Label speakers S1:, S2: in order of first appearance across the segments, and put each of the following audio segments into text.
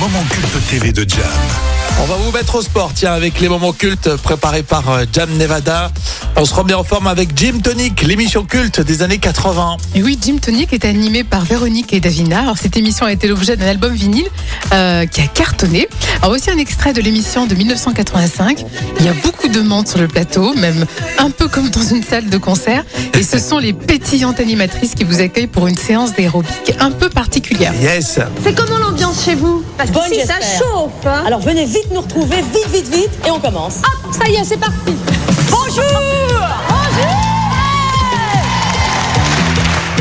S1: moments cultes TV de Jam.
S2: On va vous mettre au sport, tiens, avec les moments cultes préparés par euh, Jam Nevada. On se remet en forme avec Jim Tonic, l'émission culte des années 80.
S3: Et oui, Jim Tonic est animé par Véronique et Davina. Alors, cette émission a été l'objet d'un album vinyle euh, qui a cartonné. Alors, voici un extrait de l'émission de 1985. Il y a beaucoup de monde sur le plateau, même un peu comme dans une salle de concert. Et ce sont les pétillantes animatrices qui vous accueillent pour une séance d'aérobic un peu particulière.
S2: Yes,
S4: C'est comment l'ambiance chez vous Parce
S5: Bonne,
S4: qu'ici, ça
S5: j'espère.
S4: chauffe. hein.
S5: Alors venez vite nous retrouver, vite, vite, vite, et on commence.
S4: Hop, ça y est, c'est parti. Bonjour Bonjour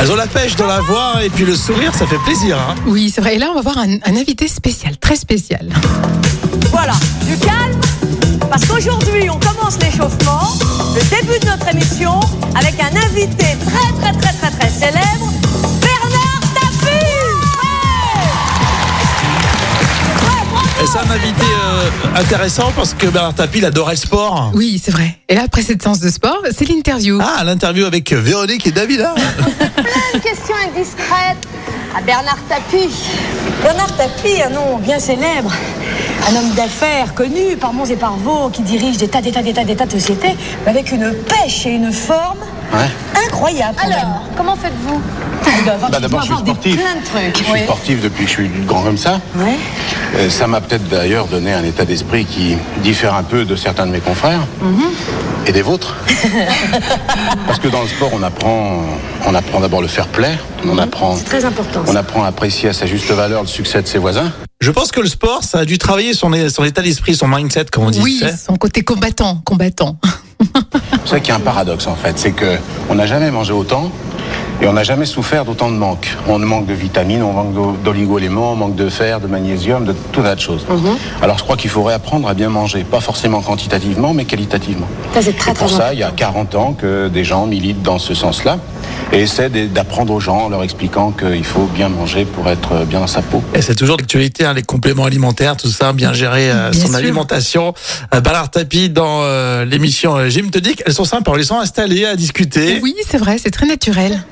S2: elles ont la pêche dans la voix et puis le sourire, ça fait plaisir. hein.
S3: Oui, c'est vrai. Et là, on va voir un, un invité spécial, très spécial.
S5: Voilà, du calme, parce qu'aujourd'hui on commence l'échauffement, le début de notre émission, avec un invité très, très, très, très, très célèbre, Bernard Tapie Ouais Ouais, bravo
S2: Et c'est un invité euh, intéressant parce que Bernard Tapie, il adorait le sport.
S3: Oui, c'est vrai. Et là, après cette séance de sport, c'est l'interview.
S2: Ah, l'interview avec Véronique et hein. Davida.
S4: Une question indiscrète à Bernard Tapie.
S5: Ah, Bernard Tapie, un nom bien célèbre, un homme d'affaires connu par Mons et par Vaux, qui dirige des tas, des tas, des tas, des tas de sociétés, mais avec une pêche et une forme incroyable. quand même.
S4: Alors, comment faites-vous
S5: Il doit avoir-
S6: Bah,
S5: il doit
S6: d'abord, je suis
S5: avoir des-
S6: sportif.
S5: plein de trucs.
S6: Je suis sportif depuis que je suis grand comme ça.
S5: Ouais.
S6: Euh, Ça m'a peut-être d'ailleurs donné un état d'esprit qui diffère un peu de certains de mes confrères
S5: Mhm.
S6: et des vôtres. Parce que dans le sport, on apprend, on apprend d'abord le fair play. On apprend,
S5: Mhm. C'est très important.
S6: on apprend à apprécier à sa juste valeur le succès de ses voisins.
S2: Je pense que le sport, ça a dû travailler son, son état d'esprit, son mindset, comme on dit.
S3: Oui,
S2: tu sais.
S3: son côté combattant, combattant.
S6: C'est ça qui est un paradoxe en fait, c'est que on n'a jamais mangé autant et on n'a jamais souffert d'autant de manques. On manque de vitamines, on manque d'o- d'oligo-éléments, on manque de fer, de magnésium, de tout un tas de choses.
S5: Mhm.
S6: Alors je crois qu'il faudrait apprendre à bien manger, pas forcément quantitativement, mais qualitativement.
S5: Ça, c'est très,
S6: Et pour
S5: très
S6: ça, il y a 40 ans que des gens militent dans ce sens-là et essaient d- d'apprendre aux gens en leur expliquant qu'il faut bien manger pour être bien dans sa peau.
S2: Et c'est toujours d'actualité, hein, les compléments alimentaires, tout ça, bien gérer euh,
S3: Bien
S2: son
S3: sûr.
S2: alimentation. Euh, Bernard Tapie dans euh, l'émission euh, Gym Tonic, elles sont sympas, on les sent installées à discuter.
S3: Eh Oui, c'est vrai, c'est très naturel.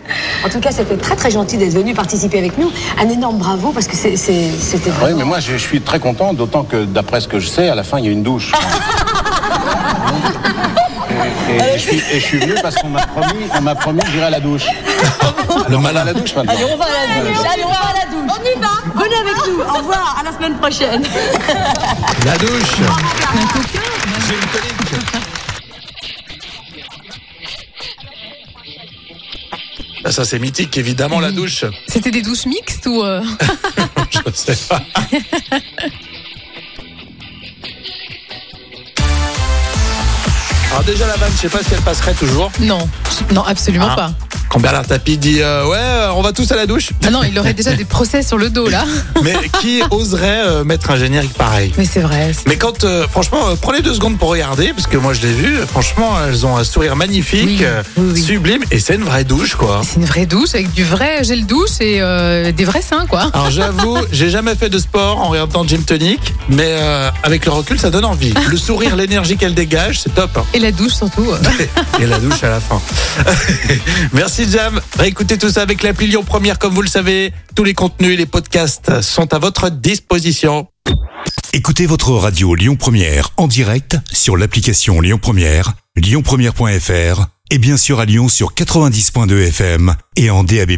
S5: En tout cas, c'était très très gentil d'être venu participer avec nous. Un énorme bravo parce que c'est- c'est- c'était
S6: Oui,
S5: vraiment...
S6: mais moi je, je suis très content, d'autant que d'après ce que je sais, à la fin il y a une douche. Et, et je suis, et je suis venu parce qu'on m'a promis, on m'a promis que j'irai à la douche.
S2: Le
S6: On va à
S2: malin.
S6: la douche maintenant.
S5: Allez, on va à la douche. Allez, on va à la douche. On y va. Venez avec nous. Au revoir. À la semaine prochaine.
S2: La douche.
S3: ben.
S2: Bah, Ça c'est mythique évidemment la
S3: Oui.
S2: douche.
S3: C'était des douches mixtes ou euh,
S2: Je sais pas. Alors déjà la vanne, je sais pas si elle passerait toujours.
S3: non, non absolument
S2: Ah.
S3: Hein, pas.
S2: Quand Bernard Tapie dit euh, ouais, euh, on va tous à la douche.
S3: Ah non, il aurait déjà des procès sur le dos là.
S2: Mais qui oserait euh, mettre un générique pareil
S3: Mais c'est vrai. c'est-
S2: mais quand, euh, franchement, euh, prenez deux secondes pour regarder, parce que moi je l'ai vu, euh, franchement, elles ont un sourire magnifique,
S3: Oui,
S2: euh,
S3: oui, oui.
S2: sublime, et c'est une vraie douche, quoi.
S3: C'est une vraie douche avec du vrai gel douche et euh, des vrais seins quoi.
S2: Alors j'avoue, j'ai jamais fait de sport en regardant Gym Tonic, mais euh, avec le recul, ça donne envie. Le sourire, l'énergie qu'elle dégage, c'est top. hein.
S3: Et la douche surtout. euh.
S2: Et la douche à la fin. Merci Jam. Réécoutez tout ça avec l'appli Lyon Première, comme vous le savez. Tous les contenus et les podcasts sont à votre disposition.
S1: Écoutez votre radio Lyon Première en direct sur l'application Lyon Première, lyonpremière.fr et bien sûr à Lyon sur 90.2 FM et en DAB+.